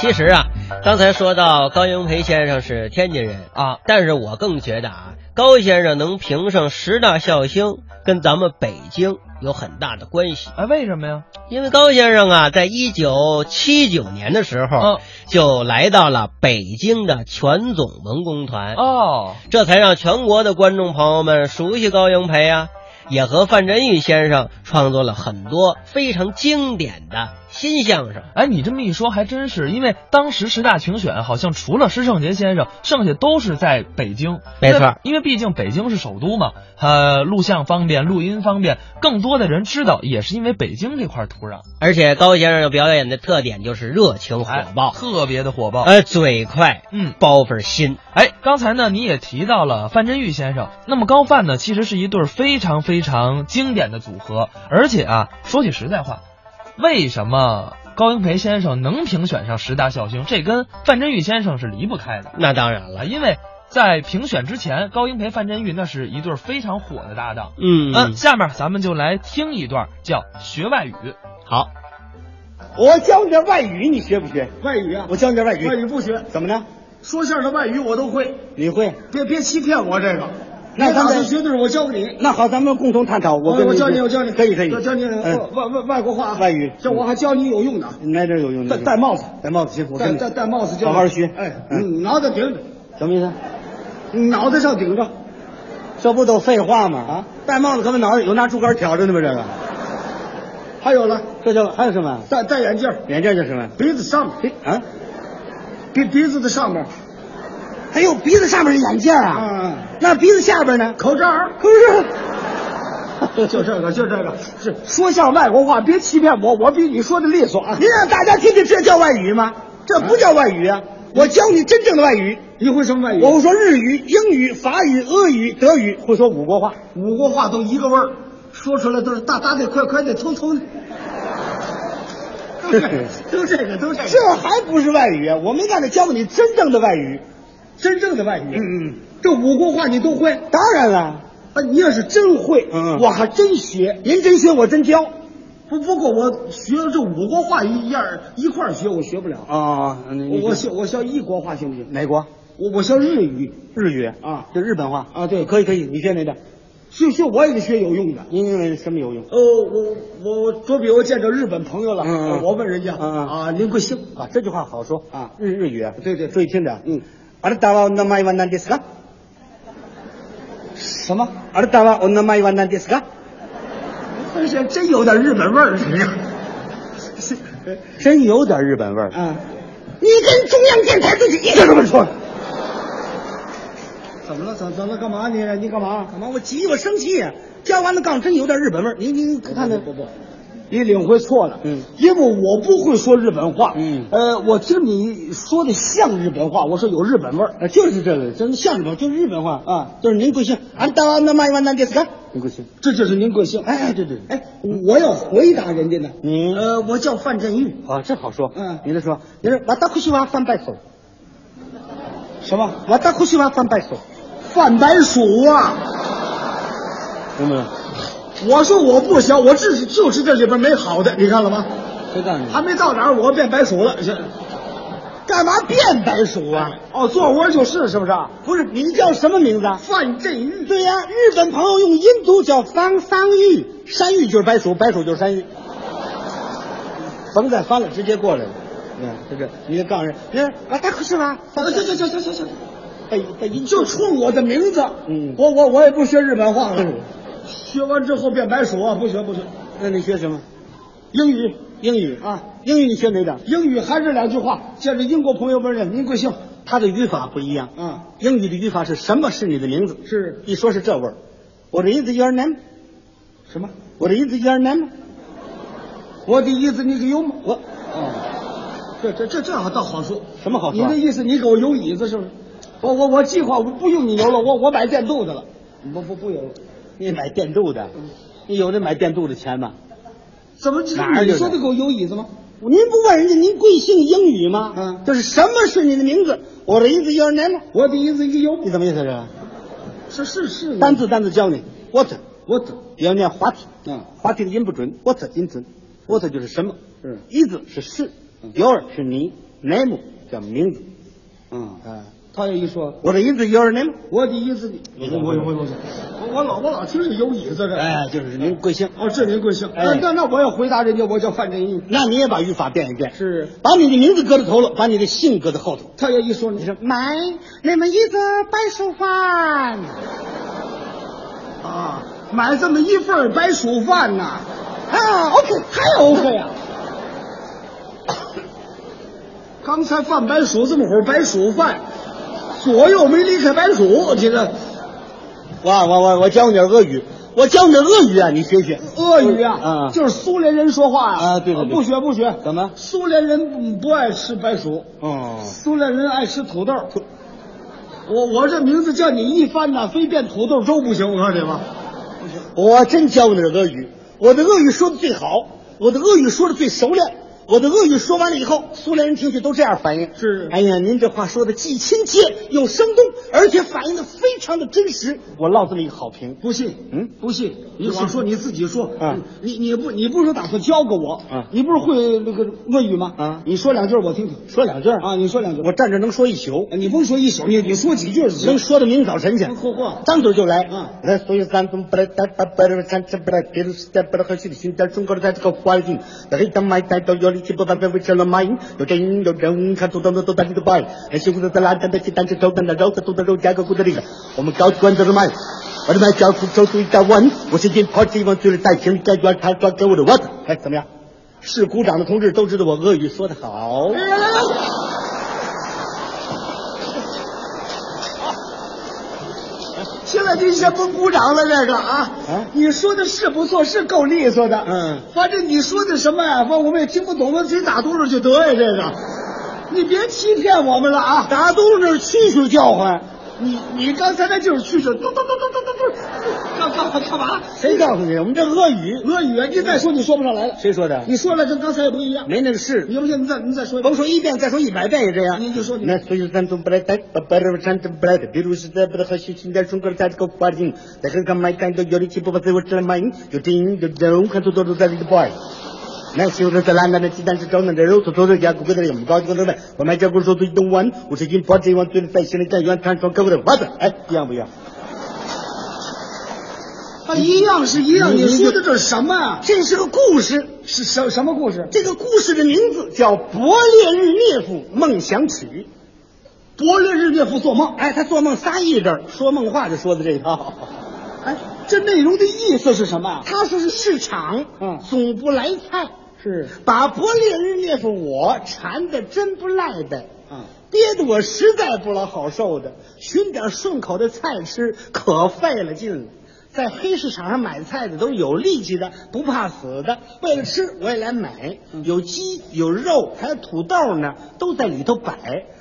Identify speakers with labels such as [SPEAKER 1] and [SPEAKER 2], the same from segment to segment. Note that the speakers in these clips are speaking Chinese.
[SPEAKER 1] 其实啊，刚才说到高英培先生是天津人啊，但是我更觉得啊，高先生能评上十大笑星，跟咱们北京有很大的关系。
[SPEAKER 2] 哎，为什么呀？
[SPEAKER 1] 因为高先生啊，在一九七九年的时候、
[SPEAKER 2] 嗯
[SPEAKER 1] 就来到了北京的全总文工团，
[SPEAKER 2] 哦，
[SPEAKER 1] 这才让全国的观众朋友们熟悉高英培啊，也和范振钰先生创作了很多非常经典的新相声。
[SPEAKER 2] 哎，你这么一说还真是，因为当时十大评选好像除了施圣杰先生，剩下都是在北京。
[SPEAKER 1] 没错
[SPEAKER 2] 那因为毕竟北京是首都嘛，呃，录像方便，录音方便，更多的人知道也是因为北京这块土壤，
[SPEAKER 1] 而且高先生的表演的特点就是热情火
[SPEAKER 2] 哎
[SPEAKER 1] 爆，
[SPEAKER 2] 特别的火爆。
[SPEAKER 1] 呃，嘴快，
[SPEAKER 2] 嗯，
[SPEAKER 1] 包袱新。
[SPEAKER 2] 哎，刚才呢你也提到了范振钰先生，那么高范呢其实是一对儿非常非常经典的组合，而且啊说句实在话，为什么高英培先生能评选上十大笑星，这跟范振钰先生是离不开的
[SPEAKER 1] 那当然
[SPEAKER 2] 啊，
[SPEAKER 1] 了，
[SPEAKER 2] 因为在评选之前，高英培、范振钰那是一对儿非常火的搭档。
[SPEAKER 1] 嗯
[SPEAKER 2] 嗯，下面咱们就来听一段叫学外语。
[SPEAKER 1] 好，
[SPEAKER 3] 我教你点外语，你学不学？
[SPEAKER 4] 外语啊，
[SPEAKER 3] 我教你点外语。
[SPEAKER 4] 外语不学，
[SPEAKER 3] 怎么呢？
[SPEAKER 4] 说相声的外语我都会。
[SPEAKER 3] 你会？
[SPEAKER 4] 别别欺骗我这个，
[SPEAKER 3] 那
[SPEAKER 4] 你打
[SPEAKER 3] 咱们
[SPEAKER 4] 算学对儿，我教给你。哦
[SPEAKER 3] 那好，咱们共同探讨。我跟
[SPEAKER 4] 我
[SPEAKER 3] 你
[SPEAKER 4] 教你，我教你，
[SPEAKER 3] 可以可以。
[SPEAKER 4] 我教你外
[SPEAKER 3] 嗯，
[SPEAKER 4] 外外外国话啊，
[SPEAKER 3] 外语
[SPEAKER 4] 这我还教你有用的啊，
[SPEAKER 3] 来点有用的
[SPEAKER 4] 戴。戴帽子，
[SPEAKER 3] 戴帽子行，我
[SPEAKER 4] 戴
[SPEAKER 3] 跟
[SPEAKER 4] 戴
[SPEAKER 3] 你
[SPEAKER 4] 戴帽子教你
[SPEAKER 3] 好好学
[SPEAKER 4] 哎，
[SPEAKER 3] 嗯
[SPEAKER 4] 嗯脑袋顶着，
[SPEAKER 3] 什么意思？
[SPEAKER 4] 嗯脑袋上顶着，
[SPEAKER 3] 这不都废话吗？啊，戴帽子可不脑袋有拿竹竿挑着呢吗？这个，
[SPEAKER 4] 还有了，
[SPEAKER 3] 这叫还有什么？
[SPEAKER 4] 戴戴眼镜儿，
[SPEAKER 3] 眼镜叫什么？
[SPEAKER 4] 鼻子上面，
[SPEAKER 3] 嘿啊，
[SPEAKER 4] 鼻鼻子的上面，
[SPEAKER 3] 还有哎鼻子上面的眼镜啊？
[SPEAKER 4] 啊，
[SPEAKER 3] 那鼻子下边呢？
[SPEAKER 4] 口罩儿，
[SPEAKER 3] 不 是，
[SPEAKER 4] 就这个，就这个， 是说像外国话，别欺骗我，我比你说的利索啊。
[SPEAKER 3] 您让大家听听，这叫外语吗？这不叫外语啊！我教你真正的外语。
[SPEAKER 4] 你会什么外语？
[SPEAKER 3] 我会说日语、英语、法语、俄语、德语，会说五国话。
[SPEAKER 4] 五国话都一个味儿，说出来都是大大的、快快的、偷偷的， 都这个，都这个，都这
[SPEAKER 3] 这
[SPEAKER 4] 个。
[SPEAKER 3] 还不是外语啊！我没让他教你真正的外语。
[SPEAKER 4] 真正的外语，
[SPEAKER 3] 嗯嗯，
[SPEAKER 4] 这五国话你都会，
[SPEAKER 3] 当然了，
[SPEAKER 4] 啊，你要是真会，
[SPEAKER 3] 嗯嗯
[SPEAKER 4] 我还真学。
[SPEAKER 3] 您真学，我真教。
[SPEAKER 4] 不不过我学了这五国话一样儿一块儿学，我学不了。
[SPEAKER 3] 哦，
[SPEAKER 4] 我我学我学异国话行不行？
[SPEAKER 3] 哪国？
[SPEAKER 4] 我我学日语
[SPEAKER 3] 日语
[SPEAKER 4] 啊
[SPEAKER 3] 就日本话
[SPEAKER 4] 啊，对，
[SPEAKER 3] 可以可以，你学哪点？
[SPEAKER 4] 学学我也得学有用的。
[SPEAKER 3] 您认为什么有用？
[SPEAKER 4] 哦，我我卓比我见着日本朋友了，
[SPEAKER 3] 嗯嗯
[SPEAKER 4] 我问人家、
[SPEAKER 3] 嗯嗯
[SPEAKER 4] 啊，您贵姓？
[SPEAKER 3] 啊，这句话好说啊，日日语。
[SPEAKER 4] 对对
[SPEAKER 3] 注意听着，
[SPEAKER 4] 嗯。
[SPEAKER 3] あなたはお名前は何ですか？
[SPEAKER 4] 什么？
[SPEAKER 3] あなたはお名前は何ですか？
[SPEAKER 4] 但是真有点日本味儿，这个。是
[SPEAKER 3] 真有点日本味儿。
[SPEAKER 4] 啊，
[SPEAKER 3] 你跟中央电台对着一个这么说。
[SPEAKER 4] 怎么了？怎怎么了？干嘛你？你干嘛？
[SPEAKER 3] 干嘛？我急，我生气呀！教完了杠，真有点日本味儿。您您看看，
[SPEAKER 4] 不不，你领会错了。
[SPEAKER 3] 嗯，
[SPEAKER 4] 因为我不会说日本话。
[SPEAKER 3] 嗯
[SPEAKER 4] 呃，我听你说的像日本话，我说有日本味儿。
[SPEAKER 3] 啊，就是这个，真像什么？就是日本话啊，就是您贵姓？俺大王那卖完那电视干，您贵姓？
[SPEAKER 4] 这就是您贵姓。
[SPEAKER 3] 哎，对对，对
[SPEAKER 4] 哎，我要回答人家呢。
[SPEAKER 3] 您
[SPEAKER 4] 呃，我叫范振钰。
[SPEAKER 3] 啊，这好说。
[SPEAKER 4] 嗯
[SPEAKER 3] 您再说，您说我大库西娃翻白手，
[SPEAKER 4] 什么？
[SPEAKER 3] 我大库西娃翻白手，
[SPEAKER 4] 范白薯啊！
[SPEAKER 3] 明白了？
[SPEAKER 4] 我说我不行，我这是就是这里边没好的，你看了吗？
[SPEAKER 3] 谁告诉
[SPEAKER 4] 还没到哪儿，我变白薯了。这
[SPEAKER 3] 干嘛变白手啊？
[SPEAKER 4] 哦，做窝就是是不是？
[SPEAKER 3] 不是，您叫什么名字啊？
[SPEAKER 4] 范振钰。
[SPEAKER 3] 对呀、日本朋友用音读叫方桑玉，山芋就是白薯，白薯就是山芋。甭再翻了，直接过来了。嗯，这个你的杠是，那啊，大哭是吗？
[SPEAKER 4] 啊，行行行行行行，
[SPEAKER 3] 被被
[SPEAKER 4] 你
[SPEAKER 3] 音
[SPEAKER 4] 就冲我的名字，
[SPEAKER 3] 哎嗯
[SPEAKER 4] 我我我也不学日本话了
[SPEAKER 3] 嗯，
[SPEAKER 4] 学完之后变白鼠啊，不学不学，
[SPEAKER 3] 那你学什么？
[SPEAKER 4] 英语
[SPEAKER 3] 英语
[SPEAKER 4] 啊，
[SPEAKER 3] 英语你学哪点？
[SPEAKER 4] 英语还是两句话，见着英国朋友们呢，您贵姓？
[SPEAKER 3] 它的语法不一样。
[SPEAKER 4] 嗯，
[SPEAKER 3] 英语的语法是什么是你的名字？
[SPEAKER 4] 是
[SPEAKER 3] 一说是这味儿。我的 is your name，
[SPEAKER 4] 什么？
[SPEAKER 3] 我的 is your name，
[SPEAKER 4] 我的意思你给有吗？
[SPEAKER 3] 我
[SPEAKER 4] 这这这这好倒好说，
[SPEAKER 3] 哦什么好
[SPEAKER 4] 你
[SPEAKER 3] 说啊
[SPEAKER 4] 的意思你给我有椅子是不是？我我我计划我不用你油了，我我买电动的了，不不不有了，
[SPEAKER 3] 你买电镀的，
[SPEAKER 4] 嗯
[SPEAKER 3] 你有这买电镀的钱吗？
[SPEAKER 4] 怎么
[SPEAKER 3] 哪儿
[SPEAKER 4] 你
[SPEAKER 3] 有
[SPEAKER 4] 说
[SPEAKER 3] 的
[SPEAKER 4] 的给我有椅子吗？
[SPEAKER 3] 您不问人家您贵姓英语吗？
[SPEAKER 4] 嗯
[SPEAKER 3] 就是什么是你的名字？我的 is your name，
[SPEAKER 4] 我的意思你给有吗
[SPEAKER 3] 你怎么意思这？
[SPEAKER 4] 嗯是是是，
[SPEAKER 3] 单字单字教你，what
[SPEAKER 4] 我懂。
[SPEAKER 3] 也要念滑体，
[SPEAKER 4] 嗯，
[SPEAKER 3] 滑体的音不准，what
[SPEAKER 4] 嗯
[SPEAKER 3] 音准，what 就是什么
[SPEAKER 4] 是
[SPEAKER 3] ，is 是是，your 是你 name 叫名字
[SPEAKER 4] 嗯，
[SPEAKER 3] 啊。
[SPEAKER 4] 他有一说，
[SPEAKER 3] 我的意思就是 name，
[SPEAKER 4] 我的意思，
[SPEAKER 3] 你
[SPEAKER 4] 我
[SPEAKER 3] 怎么
[SPEAKER 4] 我我我我老我老听是有椅子这，
[SPEAKER 3] 哎，就是您贵姓。
[SPEAKER 4] 哦，这您贵姓？
[SPEAKER 3] 哎
[SPEAKER 4] 那那那我也回答人家，我叫范振义。
[SPEAKER 3] 那你也把语法变一变，
[SPEAKER 4] 是
[SPEAKER 3] 把你的名字搁在头了，把你的姓搁在后头。
[SPEAKER 4] 他要一说你是
[SPEAKER 3] 买那么一个白薯饭，
[SPEAKER 4] 啊，买这么一份儿白薯饭呐，
[SPEAKER 3] 啊，OK，还 OK 啊。
[SPEAKER 4] 刚才饭白薯这么会儿白薯饭，左右没离开白薯，这个
[SPEAKER 3] 我我我我教你点俄语，我教你点俄语啊，你学学。
[SPEAKER 4] 俄语啊，
[SPEAKER 3] 啊
[SPEAKER 4] 就是苏联人说话
[SPEAKER 3] 啊对对对
[SPEAKER 4] 不学不学，
[SPEAKER 3] 怎么
[SPEAKER 4] 苏联人不不爱吃白薯，
[SPEAKER 3] 哦，
[SPEAKER 4] 苏联人爱吃土豆。我我这名字叫你一翻呐，非变土豆粥不行，我告诉你吧。
[SPEAKER 3] 我真教你点俄语，我的俄语说的最好，我的俄语说的最熟练，我的俄语说完了以后，苏联人听去都这样反应。
[SPEAKER 4] 是
[SPEAKER 3] 哎呀，您这话说的既亲切又生动，而且反映的非常的真实，我落这么一个好评。
[SPEAKER 4] 不信，
[SPEAKER 3] 嗯
[SPEAKER 4] 不信，你
[SPEAKER 3] 不信
[SPEAKER 4] 光说你自己说，
[SPEAKER 3] 啊
[SPEAKER 4] 你你不你不是打算教给我，
[SPEAKER 3] 啊
[SPEAKER 4] 你不是会那个俄语吗？
[SPEAKER 3] 啊
[SPEAKER 4] 你说两句我听听
[SPEAKER 3] 说两句儿
[SPEAKER 4] 啊，你说两句，
[SPEAKER 3] 我站这能说一宿，
[SPEAKER 4] 你甭说一宿，你你说几句就行
[SPEAKER 3] 能。说到明早晨去。
[SPEAKER 4] 嚯嚯，
[SPEAKER 3] 张嘴就来，
[SPEAKER 4] 嗯
[SPEAKER 3] 来，所以咱从不来，咱把不来，咱这不来，别的时代不来，和去的新疆，中国的在这个环境，那个当买带到有力气，不把别为成了买，有真有人，看土豆的都在这个拜，那辛苦的在拉蛋的鸡蛋，这头蛋的肉，这土豆肉加个骨头里的，我们高官在这卖，我的卖小土豆对在问，我是进跑地方去了，带情在园他抓给我的 what，哎，怎么样？是鼓掌的同志都知道我俄语说得好。
[SPEAKER 4] 来来来来，现在您先甭鼓掌了，这个啊，
[SPEAKER 3] 啊
[SPEAKER 4] 你说的是不错，是够利索的，
[SPEAKER 3] 嗯，
[SPEAKER 4] 反正你说的什么呀，反我们也听不懂，我自己打嘟噜就得呀，这个，你别欺骗我们了啊，
[SPEAKER 3] 打都是蛐蛐叫唤，
[SPEAKER 4] 你你刚才那就是蛐蛐，嘟嘟嘟嘟嘟嘟嘟，干干嘛干嘛？
[SPEAKER 3] 谁告诉你？我们这俄语，
[SPEAKER 4] 俄语啊，你再说你说不上来了，
[SPEAKER 3] 谁说的？
[SPEAKER 4] 你说了跟刚才也不一样，
[SPEAKER 3] 没那个事。
[SPEAKER 4] 你要不信你再你再说一遍，
[SPEAKER 3] 甭说一遍，再说一百遍也这样。
[SPEAKER 4] 您就说你
[SPEAKER 3] 那所以咱都不来带，不不来咱都不来的。比如是在不来和新新在中国的在这个环境，在这个买干的有力气不把自我吃了买，有真有人看多多都在这个 boy。那时候在兰南的鸡蛋是招的，这肉土豆的家骨骨的，我们高兴的问，我们这锅说最东湾，我是因跑这一湾最在心里在原滩上高的袜子，哎，一样不一样？
[SPEAKER 4] 啊，一样是一样，
[SPEAKER 3] 你
[SPEAKER 4] 你说的这是什么呀？
[SPEAKER 3] 这是个故事，
[SPEAKER 4] 是什什么故事？
[SPEAKER 3] 这个故事的名字叫《勃列日涅夫梦想曲》。
[SPEAKER 4] 勃列日涅夫做梦。
[SPEAKER 3] 哎，他做梦仨一阵儿，说梦话就说的这一套。
[SPEAKER 4] 哎，这内容的意思是什么呀？
[SPEAKER 3] 他说是市场，
[SPEAKER 4] 嗯
[SPEAKER 3] 总不来菜，
[SPEAKER 4] 是
[SPEAKER 3] 把勃列日涅夫我馋的真不赖的，
[SPEAKER 4] 啊，
[SPEAKER 3] 憋得我实在不老好受的，寻点顺口的菜吃可费了劲了。在黑市场上买菜的都是有力气的，不怕死的。为了吃，我也来买，有鸡有肉，还有土豆呢，都在里头摆。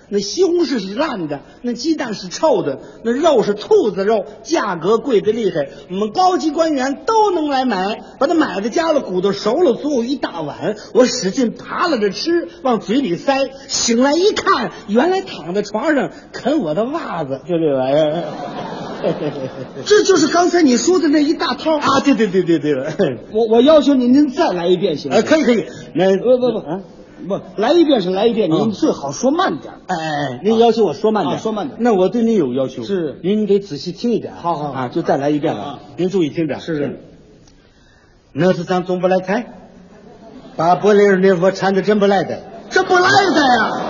[SPEAKER 3] 那西红柿是烂的，那鸡蛋是臭的，那肉是兔子肉，价格贵的厉害。我们高级官员都能来买，把它买的加了骨头熟了，足有一大碗。我使劲扒拉着吃，往嘴里塞。醒来一看，原来躺在床上啃我的袜子，就这玩意儿。
[SPEAKER 4] 这就是刚才你说的那一大套。
[SPEAKER 3] 啊，对对对对 对了，
[SPEAKER 4] 我我要求您，您再来一遍行吗？
[SPEAKER 3] 呃，可以可以，那
[SPEAKER 4] 不不不
[SPEAKER 3] 啊，
[SPEAKER 4] 不，来一遍是来一遍，
[SPEAKER 3] 嗯
[SPEAKER 4] 您最好说慢点儿。
[SPEAKER 3] 哎哎，您要求我说慢点，
[SPEAKER 4] 啊说慢点
[SPEAKER 3] 那我对您有要求，
[SPEAKER 4] 是
[SPEAKER 3] 您得仔细听一点，
[SPEAKER 4] 好好好
[SPEAKER 3] 啊，就再来一遍
[SPEAKER 4] 啊
[SPEAKER 3] 了，您注意听着，
[SPEAKER 4] 是是。
[SPEAKER 3] 那是咱总不来开，把玻璃那我缠的真不赖的，
[SPEAKER 4] 这不赖的呀！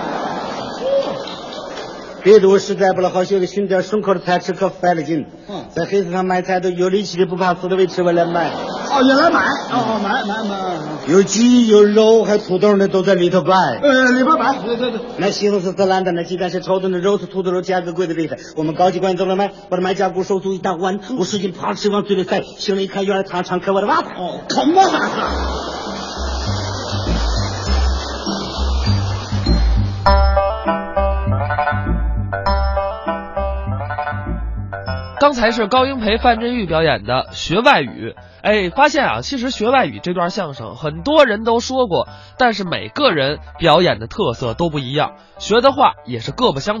[SPEAKER 3] 别的我实在不了好，学个寻点顺口的菜吃可费了劲。
[SPEAKER 4] 嗯
[SPEAKER 3] 在黑市上买菜都有力气的，不怕死的为吃我来卖。
[SPEAKER 4] 哦，也来买，哦，买买买，
[SPEAKER 3] 有鸡有肉还土豆呢，都在里头摆。
[SPEAKER 4] 呃，里边买，对对对，
[SPEAKER 3] 那西红柿、紫兰的，那鸡蛋是稠的，那肉是土豆肉，价格贵的厉害。我们高级官员都来买，我的买家姑手足一大碗，我使劲啪吃往嘴里塞，醒了一看，原来他常啃我的袜子。
[SPEAKER 4] 哦，啃吧。
[SPEAKER 2] 刚才是高英培、范振钰表演的学外语。哎，发现啊，其实学外语这段相声很多人都说过，但是每个人表演的特色都不一样，学的话也是各不相同。